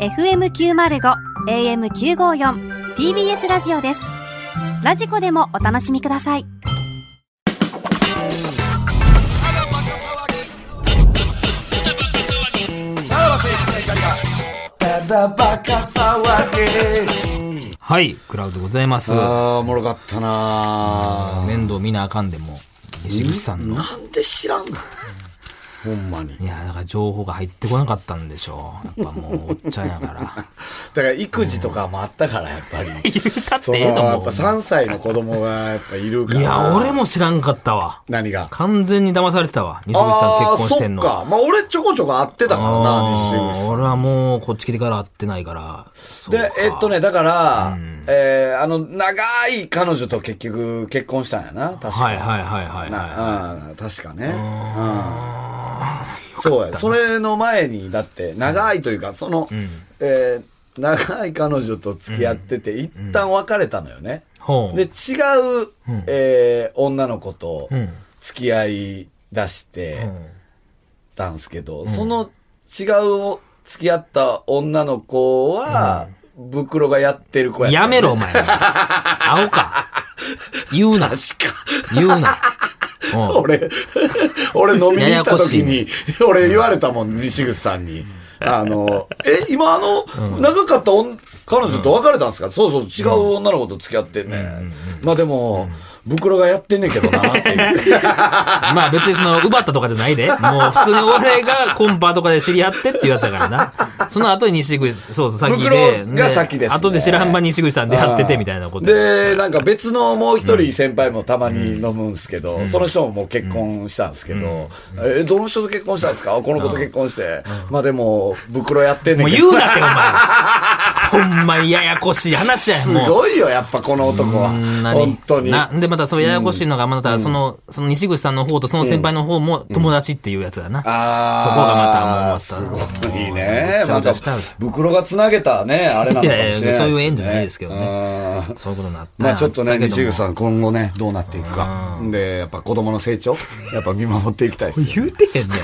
FM905 AM954 TBS ラジオですラジコでもお楽しみくださいただバカ騒げはい、クラウドございます。あーおもろかったな面倒見なあかんでも、西口さんの。なんで知らん のほんまにいや、だから情報が入ってこなかったんでしょう。やっぱもう、おっちゃん やから。だから育児とかもあったからやっぱり言うたっそてのええのやっもぱ3歳の子供がやっぱいるかう。らいや、俺も知らんかったわ。何が完全に騙されてたわ。西口さん結婚してんの。あーそっかまあ俺ちょこちょこ会ってたからな西口うんさん俺はもう、こっち来てから会ってないから。そうかでえっとね。だから、えーあの長い彼女と結局結婚したんやな確か、はいはいはいはいはなうん確かね。うん。そうや。それの前に、だって、長いというか、その、えー長い彼女と付き合ってて、一旦別れたのよね。い。ほう。で、違う、えー女の子とうん、付き合い出してうんたんすけど、その違う付き合った女の子は、袋がやってる子やったやよね めろ、お。前。青か。言うな。確か。言うな。うん 俺、俺飲みに行った時やに、俺言われたもん、西口さんに。あの、え、今あの、長かった女彼女と別れたんですか、そうそう、違う女の子と付き合ってんね。まあでも、袋がやってんねんけどな、って言って。まあ別にその、奪ったとかじ ゃないで。もう普通に俺がコンパとかで知り合ってっていうやつだからな。その後に西口、そうそう、先で。袋が先ですね 後で知らん間に西口さん出会っててみたいなこと。で、なんか別のもう一人先輩もたまに飲むんですけど、その人ももう結婚したんですけど、え、どの人と結婚したんですかあこの子と結婚して。まあでも、袋やってんねもんうけ言ど。うなって、お前。ほんまにややこしい話や、すもう。ごいよ、やっぱこの男は。な本当に。なで、また、そのややこしいのが、また、その、その西口さんの方とその先輩の方も友達っていうやつだな。あそこがまたそもうこまがまたたいいもうねご。ちゃまごちたゃした、袋がつなげたね、あれなのかもしれないいやいやそういう縁じゃないですけどねねうんそういうことになった。まあちょっとね、だけども西口さん今後ね、どうなっていくか。で、やっぱ子供の成長、やっぱ見守っていきたいです よね。言うてへんねん。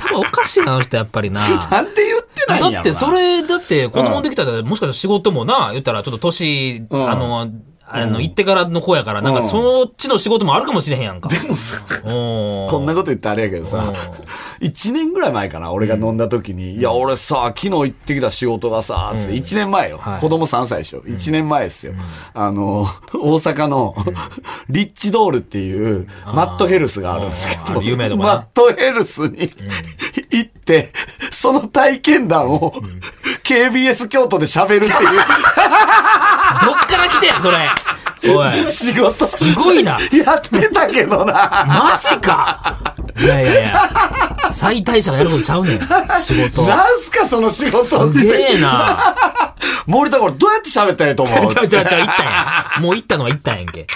多分おかしいな、あの人、やっぱりな。 なんて言ってないんやろなだって、そ、れ、だって、子供できたら、もしかしたら仕事もな、言ったら、ちょっと年、んあの、あの、行ってからの子やから、なんか、うんそっちの仕事もあるかもしれへんやんか。でもさお ーこんなこと言ったらあれやけどさ、1年ぐらい前かな、俺が飲んだ時に、いや、俺さ、昨日行ってきた仕事がさ、つって1年前よ、い子供3歳でしょ。1年前ですよ。あの、 大阪の、リッチドールっていう、マットヘルスがあるんですけあーあど、る有名なとこねマットヘルスに行って、その体験談を、KBS 京都で喋るっていうどっから来てん、それ。おい。仕事。すごいな。 やってたけどな。マジか。いやいやいや。最大者がやることちゃうねん。仕事。なんすか、その仕事っすて。げえな。森田これどうやって喋ったらいいと思うちゃうちゃうちゃう、行ったんや。もう行ったのは行ったんやんけ。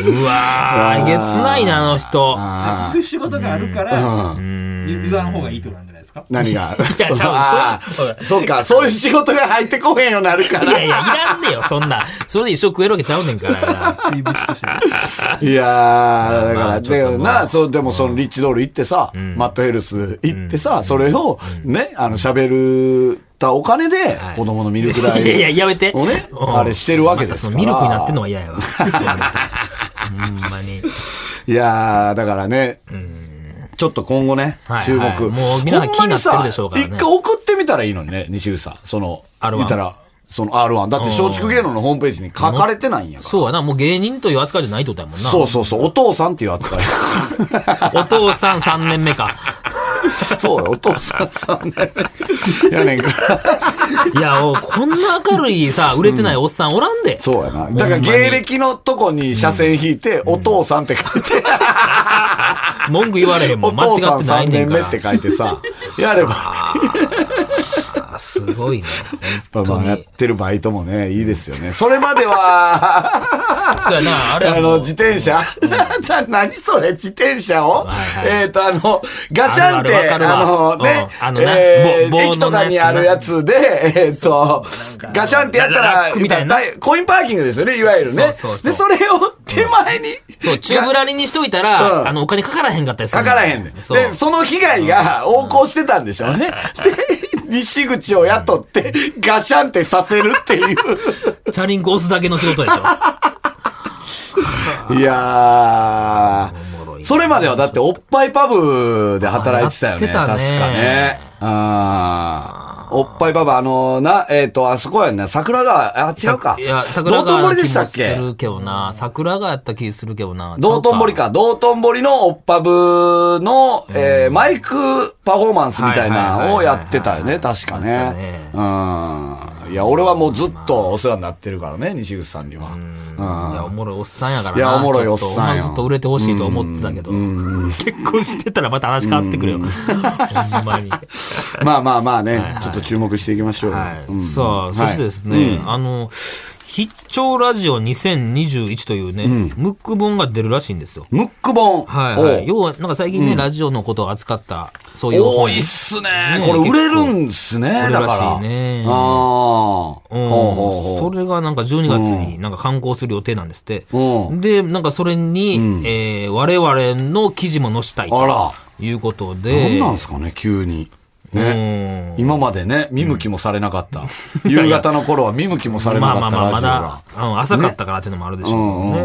うわー、えげつないな、あの人。そういう仕事があるから、言言わん方がいいってことなんじゃないですか何 がそ多分のあーそうそうか、そういう仕事が入ってこへんようになるかいら。やいや、いらんねよ、そんな。それで一生食えるわけちゃうねんからな。入り口としてね。いやー、だかまら、あちょっとでもまな、そう、でもそのリッチドール行ってさ、マットヘルス行ってさ、それをね、あの、喋るたお金で、子供のミルク代を。 いやいや、やめて。をねうんあれしてるわけですからまたそのミルクになってんのは嫌やわ。ほんまに。いやー、だからね、ちょっと今後ねはいは、い注目。もう皆さん気になってるでしょうからねほんまにさ一回送ってみたらいいのにね、西口さん。その、 R1 見たら、その R1。だって松竹芸能のホームページに書かれてないんやから。そうやな、もう芸人という扱いじゃないってことやもんな。そうそうそう、お父さんっていう 扱い。お父さん3年目か。そうよ、お父さんさんね。やねん から。いや、おこんな明るいさ、売れてないおっさんおらんで。そうやな。だから芸歴のとこに車線引いて、お父さんって書いて、文句言われへんもおん。間父違さんってな3いね年んか目ら。って書いてさ、やれば、あすごいね。や 本っぱ当まあやっに。てるバイトもね、いいですよね。それまでは、そうやな、あれあはもの、う自転車 な何それ自転車をはいはいえっと、あの、ガシャンって、あるあるわかるわあのねうんあ、のなえーぼ棒の駅とかにあるやつで、えっと、ガシャンってやったラらックみたい、なだいコインパーキングですよね、いわゆるね。で、そうそうそうそれを手前に、そう、チューブラリにしといたうんら、あの、お金かからへんかったりするかのからへんねん。そうで、。その被害が横行してたんでしょうね。で、西口を雇って、ガシャンってさせるっていう。チャリンコ押すだけの仕事でしょ。いやー。おもろいなそれまではだって、おっぱいパブで働いてたよね。あやってたね確かね。あーおっぱいパブ、あのな、えっ、と、あそこやんな、桜川、あ、違うか。いや、桜道頓川堀でな気したもっすけるけどな。桜川やった気するけどな。道頓堀ちゃう。か。道頓堀のおっぱぶの、えーマイクパフォーマンスみたいなのをやってたよね、確かやっねてたね。うん。いや、俺はもうずっとお世話になってるからね、西口さんには。いや、おもろいおっさんやからな。いやおもろいおっさんよちょとほまずっと売れてほしいと思ってたけど。結婚してたらまた話変わってくるよ。ほん まに。まあまあまあね、ちょっと注目していきましょう。はいうんさあ、そしてですね、あの、必聴ラジオ2021というね、ムック本が出るらしいんですよ。ムック本。はい、はい。おう要は、なんか最近ね、ラジオのことを扱った、そういう多本いっすねね。これ売れるんすね、だ結構売れるらしいから。ねああ。ほううんほうほ。そうれがなんか12月になんか刊行する予定なんですって。うんで、なんかそれに、えー我々の記事も載したいあとら。いうことなんで。なんすかね、急に。ね。うん今までね、見向きもされなかった。 夕方の頃は見向きもされなまあかまっあたまラあ、まジオがだ。、うん浅かったからっていうのもあるでしょうけう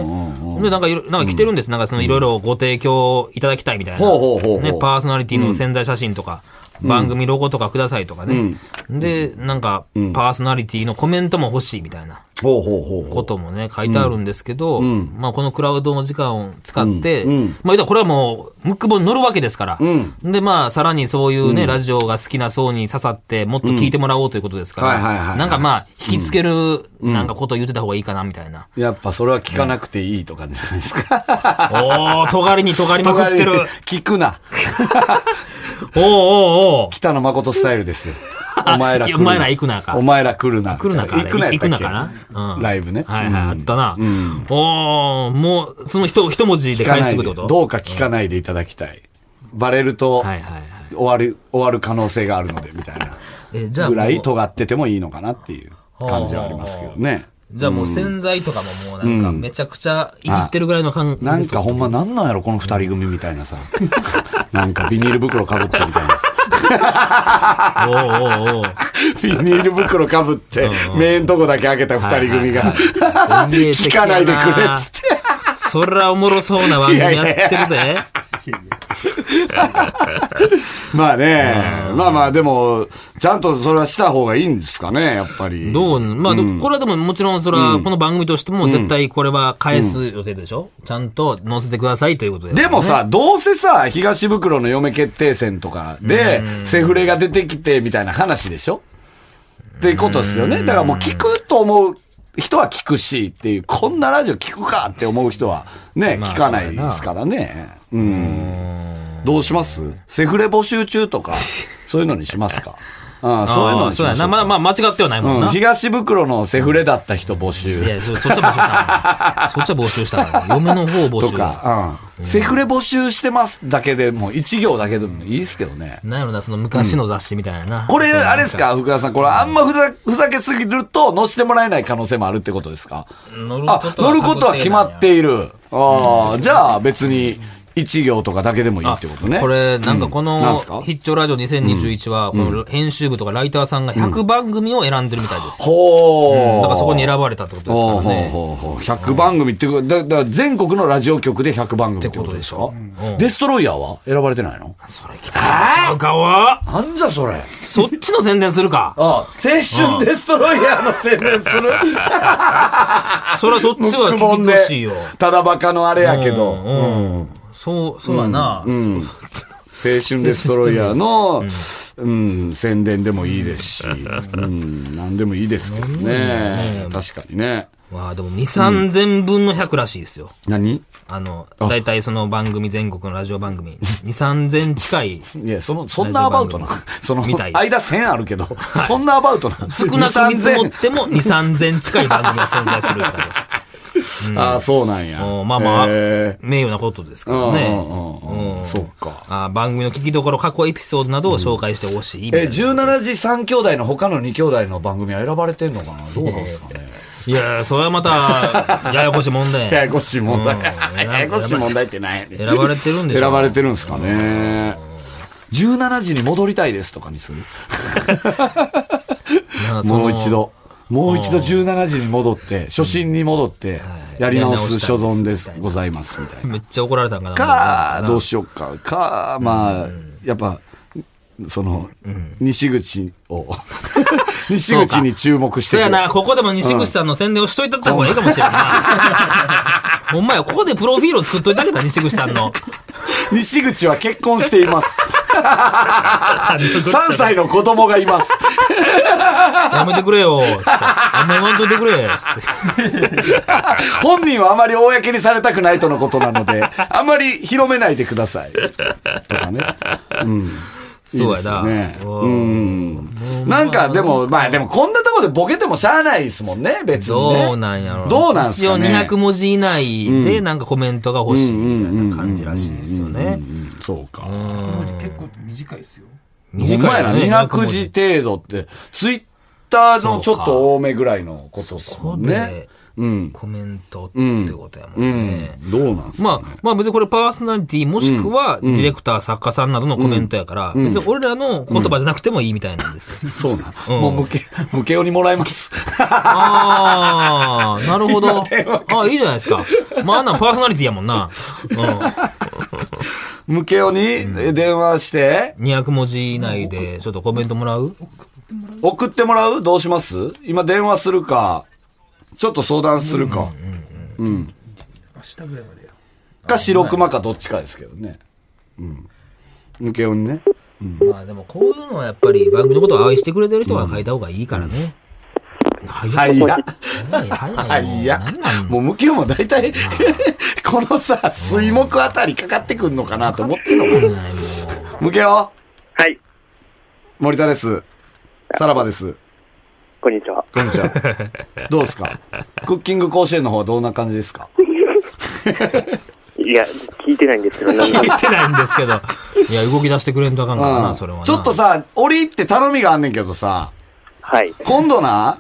どね。で、なんかいろ、なんか来てるんです。なんかそのいろいろご提供いただきたいみたいな。ほうほうほうほうね、パーソナリティの潜在写真とか、番組ロゴとかくださいとかね。で、なんか、パーソナリティのコメントも欲しいみたいなほうほうほうほこともね、書いてあるんですけど、まあこのクラウドの時間を使って、まあ言うたらこれはもう、ムック本に乗るわけですから。で、まあさらにそういうね、ラジオが好きな層に刺さって、もっと聞いてもらおうということですかはいはいはいはら、いなんかまあ、引きつける、なんかことを言ってた方がいいかな、みたい な。う。やっぱそれは聞かなくていいとかじゃないですか。おー、尖りに 尖りまくってる。聞くな。おーおーおー。北野誠スタイルです よ。お前ら来るいやお前ら行くなかお前ら来るな。来るなか。行くなやったっけ行くなかな。うんライブね。はいはい、あったな。おー、もう、その一一文字で聞か返しなていくっでてことどうか聞かないでいただきたい。バレると、はいはいはい。終わる、終わる可能性があるので、みたいな。え、じゃあぐもうらい尖っててもいいのかなっていう感じはありますけどね。じゃあもう洗剤とかももうなんかめちゃくちゃいってるぐらいの感じ。なんかほんまなんなんやろこの二人組みたい なさ。なんかビニール袋かぶってみたいなさ。おうおうおう。ビニール袋かぶって、目んとこだけ開けた二人組が。 聞聞かないでくれっつって。そりゃおもろそうな番組やってるで。 まあね、まあまあでも、ちゃんとそれはした方がいいんですかね、やっぱり。どうまあ、これはでももちろんそれはこの番組としても絶対これは返す予定でしょちゃんと載せてくださいということで。でもさ、どうせさ、東袋の嫁決定戦とかで、セフレが出てきてみたいな話でしょってことですよね。だからもう聞くと思う人は聞くしっていう、こんなラジオ聞くかって思う人はね、まあ聞かないですからね。うん。どうしますセフレ募集中と か、そういうのにしますかああそういうのあーにしそうまやしょな。うまあまあ間違ってはないもんうん、な。い東袋のセフレだった人募集や、そそっちは募集した から。そっちは募集したから。嫁の方募と集。か、うん、セフレ募集してますだけでもう一行だけでもいいですけどね。なんやろな、その昔の雑誌みたいなな。これ、あれですか福田さん、これ、あんまふざ、ふざけすぎると、乗してもらえない可能性もあるってことですか乗ることあ、は乗ることは決まっている。ああ、じゃあ別に、一行とかだけでもいいってことね。これ、なんかこなんのすか、必聴ラジオ2021は、この編集部とかライターさんが100番組を選んでるみたいです。ほう。だからそこに選ばれたってことですほうからほうね。ほうほう100番組ってこと、だだから全国のラジオ局で100番組ってことでしょデストロイヤーは選ばれてないのそれ来たら違うかわなんじゃそれ。そっちの宣伝するか。あ青春デストロイヤーの宣伝する。それはそっちは聞いてほしいよ。ただバカのあれやけど。うん。うんそう、そうやな。青春デストロイヤーの、うん、宣伝でもいいですし、うん、何でもいいですけどね。確かにね。わあでも2、3000分の100らしいですよ。何いあの、だいたいその番組、全国のラジオ 番組、2、3000近い。や、その、そんなアバウトな。その、みたいです間1000あるけど、そんなアバウトな。少少なく見積もっても2、3000近い番組が存在するからです。ああ、そうなんや。うんまあまあ、へえ名誉なことですかうらんね。うんうんうん。そっか。あ番組の聞きどころ、過去エピソードなどを紹介してほしいみたえ、いな。 17時3兄弟の他の2兄弟の番組は選ばれてんのかなどうなんですかね。いやそれはまた、 ややこしい問題。ややこしい問題。うん ややこしい問題ってない 選ばれてるんでしょ選ばれてるんですかね。 17時に戻りたいですとかにする。もう一。度。もう一度17時に戻って、初心に戻って、やり直す所存です、ございます、みたいな。めっちゃ怒られたんかな。か、どうしようか。か、まあ、やっぱ、その、西口 を、西口に注目してそくやれな、ここでも西口さんの宣伝をしといたった方がいいかも しれんない。ほんまや、ここでプロフィールを作っといたけど、西口さんの。西口は結婚してい ます。3 3歳の子供がいます。やめてくれよ。つってあんま言わんといてくれ。つって本人はあまり公にされたくないとのことなので、あまり広めないでください。とかね。いいそうでやすな。よねうんなんかでも、まあでもこんなとこでボケてもしゃあないですもんね、別にね。どうなんやろどうなんすかね一応200文字以内でなんかコメントが欲しいみたいな感じらしいですよね。うんそうか。結構短いですよ。ほんまやな、200字て程度って、ツイッターのちょっと多めぐらいのことっすもんね。うん。コメントってことやもうんね。ん。どうなんすかまあ、まあ別にこれパーソナリティもしくはディレクター、作家さんなどのコメントやから、別に俺らの言葉じゃなくてもいいみたいなんですよ。そうなん。もう無形、無形にもらいます。ああ、なるほど。あいいじゃないですか。まああんなんパーソナリティやもんな。無形に電話して、うん。200文字以内でちょっとコメントもらう送ってもらうどうします今電話するか、ちょっと相談するか。明日ぐらいまでや。か白熊かどっちかですけどね。うん。無形にね。まあでもこういうのはやっぱり番組のことを愛してくれてる人が書いた方がいいからね。は早いい。や。早いは早い。もういや何なん。もう無形も大体、このさ、水木あたりかかってくんのかなと思ってんのかな。ないもう無形はい、森田です。さらばです。こんにちは。こんにちは。どうですかクッキング甲子園の方はどんな感じですかいや、聞いてないんですけど、なんか 言ってないんですけど。いや、動き出してくれんとあかんからうな、んそれはな。ちょっとさ、折りって頼みがあんねんけどさ、はい、今度な、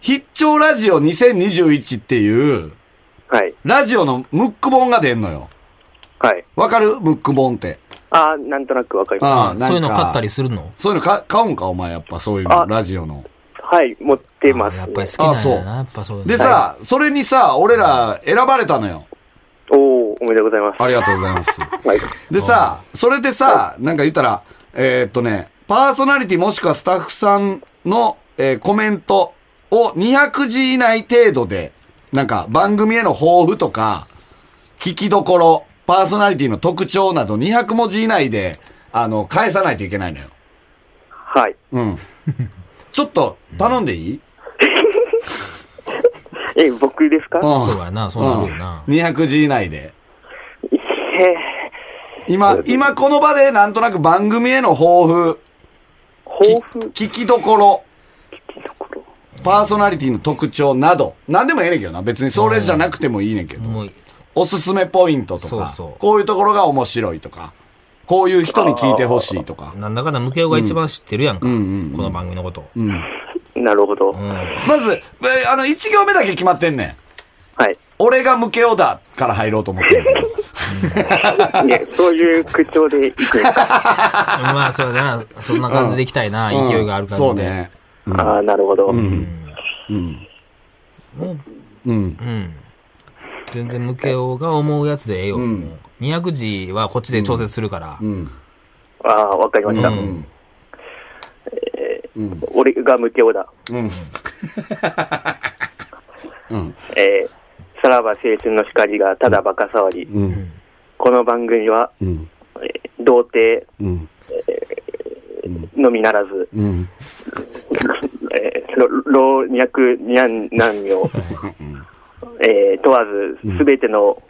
必聴ラジオ2021っていう、はい、ラジオのムック本が出んのよ。はい。わかるムック本って。あーなんとなくわかりまああ。そういうの買ったりするのそういうのか買うんかお前やっぱそういうの、あラジオの。す。はい、持ってまあす、ね。やっぱり好きなんやな、あやっぱそういうのでさ、それにさ、俺ら選ばれたのよ。おお、おめでとうございます。ありがとうございます。はい、でさ、それでさ、なんか言ったら、えーっとね、パーソナリティもしくはスタッフさんの、えーコメントを200字以内程度で、なんか番組への抱負とか、聞きどころ、パーソナリティの特徴など200文字以内で、あの、返さないといけないのよ。はい。 うん。ちょっと、頼んでいいえ、僕ですかんそうやな、そうなるよな。 200字以内で。え今、今この場でなんとなく番組への抱負、ー、抱負聞きどころ、ところ。パーソナリティの特徴など、何でもええねんけどな。別にそれじゃなくてもいいねんけど。もう、おすすめポイントとかそうそうこういうところが面白いとか、こういう人に聞いてほしいとか。なんだかんだ、向けが一番知ってるやんか。こうんうんうんの番組のこと。うん。なるほど。まず、えーあの、1行目だけ決まってんねん。はい。俺が無形だから入ろうと思ってるけど。いや、そういう口調で行く んですか。まあ、そうやな、そんな感じでいきたいな、勢いがある感じで。そう。ね。ああ、なるほど。うん。全然向けが思うやつでええよ。もう200字はこっちで調節するから。うん。ああ、わかりました。うん俺が無形だ。 うん。えー、さらば青春の光がただバカ騒ぎ。うん。この番組は、うん。えー童貞うん。のみならず、うん。えーろ老若男女、えー問わず、すべての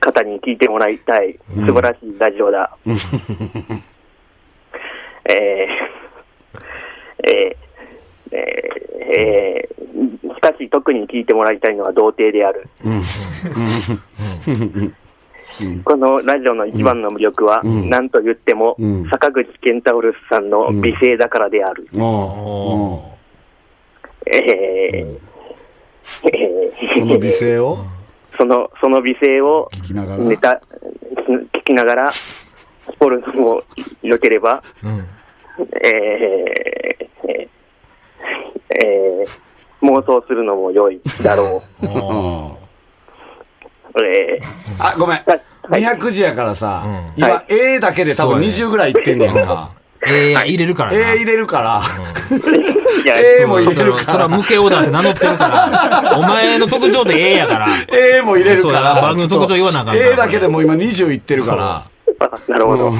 方に聞いてもらいたい、素晴らしいラジオだ。えーえーえーえーしかし、特に聞いてもらいたいのは童貞である。このラジオの一番の魅力は、なんと言っても、ん坂口健太郎さんの美声だからである。おうおうえーえこの美声を ーその、その美声を聞きながら。ネタ、聞きながら、フォルムも良ければ、うん。えーえーえー妄想するのも良いだろ う。うんえあ、ごめん。200字やからさ、今は、 A だけで多分そうやね20ぐらいいってんねやん か。ええ入れるから A な。入れるから、ーいや A そもう入それれるはかそれはら、無形だって名乗ってるから。 お前の特徴って ええやから。 A も入れるかそうやら、番組の特徴言わなあかんな A だけでもう今20いってるから、あなるほど。うん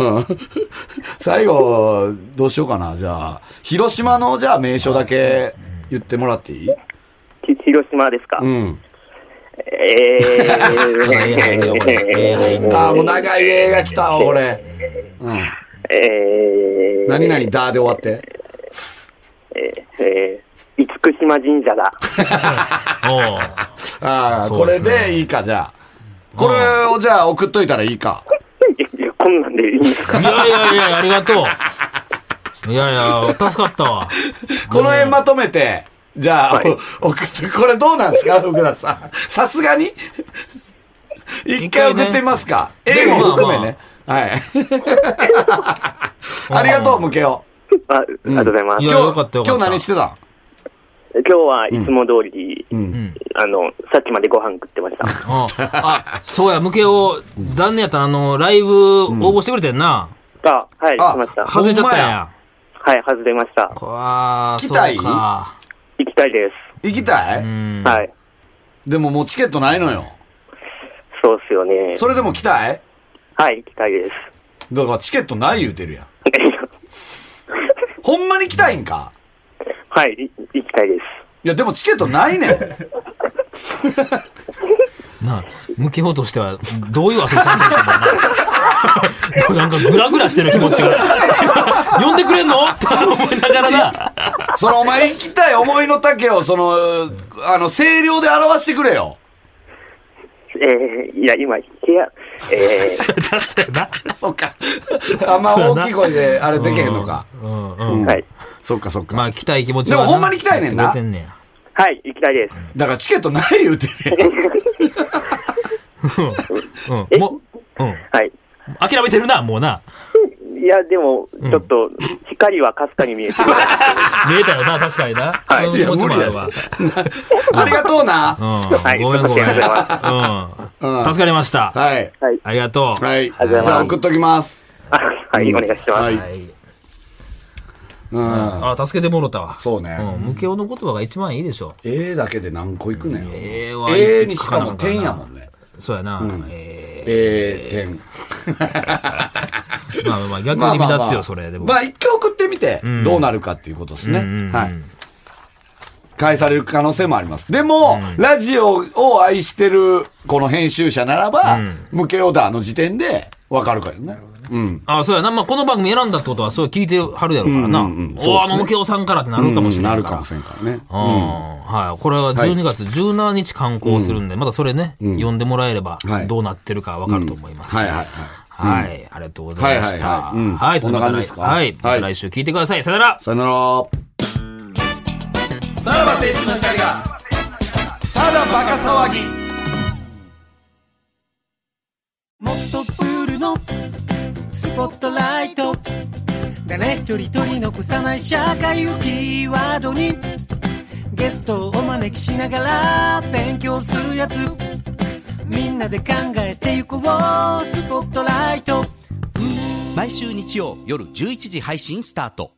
最後、どうしようかな。じゃあ、広島の、じゃあ名所だけ言ってもらっていいひ広島ですか。うん。えうんー、あー、もう長い A が来たわ、俺。うん。えー、何々だで終わって。えー、厳島神社 だ。おうああ、そこうでれすねでいいか、じゃあ。これをじゃあ送っといたらいいか。いやこんなんでいいんですかいやいやいや、ありがとう。いやいや、助かったわ。この辺まとめて、じゃあ、お送って、これどうなんですか福田さん。さすがに一回送ってみますか。一回 A ねも含めね。はい。ありがとう、ムケオ。あありがとうございます。いや今よかっ日、たよ今かった日何してたん今日はいつも通り、うん。あの、さっきまでご飯食って ました。ああ、そうや、ムケオ、残念やったなあの、ライブ応募してくれてんな。あ、はい、あ来ました。は外れちゃほんったんまやや。はい、外れました。わあ、来たいそうか。行きたいで行きたい、うんす。。はい。でももうチケットないのよ。そうっすよね。それでも来たいはい、行きたいです。 だからチケットない言うてるやん。ほんまに来たいんかはい、い行きたいです。いや、でもチケットない ねん。なあ、ムケオとしては、どういう遊びされてるかも な。なんかグラグラしてる気持ちが。 呼んでくれんの って思いながら な。そのお前行きたい思いの丈を、その、あの、声量で表してくれよ。えー、いや、今、部屋、えそうやな。そっか。あんま大きい声であれできへんのか。うんうん。ー、はい。そっかそっか。まあ、来たい気持ちはなでもほんまに来たいねんなやってくれてんねやはい、行きたいです。だからチケットない言うて るやん。うん。もう、うん。はい。諦めてるな、もうな。いや、でも、ちょっと、光はかすかに見え てる。見えたよな、確かにな。はいその気持ちもあるわ。ありがとうな。うはん。いごめんごめん。ありがうん。うん助かりました。はい。ありがとう。はい。じりがとうございますゃあ送っときます。あはい、お願いします。はい。はい。うん。あ、助けてもろたわ。そうねうん。無形の言葉が一番いいでしょ。 A だけで何個いくねん。 A は A にしかもいくかな点やもんね。そうやな。え A 点。ーまあまあ、逆に目立つよ、それ。でも。まあ一回送ってみて、どうなるかっていうことですね。はい。返される可能性もあります。でも、ラジオを愛してるこの編集者ならば、無形オーダーの時点でわかるからね。うん。あ、そうやな。まあ、この番組選んだってことは、そう聞いてはるやろからな。うおんうんうんそうっすねおーあの無形さんからってなるかもしれない。うんなるかもしれんからね。うんはい、これは12月17日刊行するんで、まだそれね、読んでもらえればはい、どうなってるかわかると思います。はいはいはい。はい、ありがとうございました。はいはいはいうんはい、というこんなこ感じとでですかはい、まはたい来週聞いてください。さよならさよなら。さらば青春の光が、ただバカ騒ぎ。もっとプールのスポットライト誰一人取り残さない社会をキーワードにゲストをお招きしながら勉強するやつみんなで考えてゆこうスポットライト毎週日曜夜11時配信スタート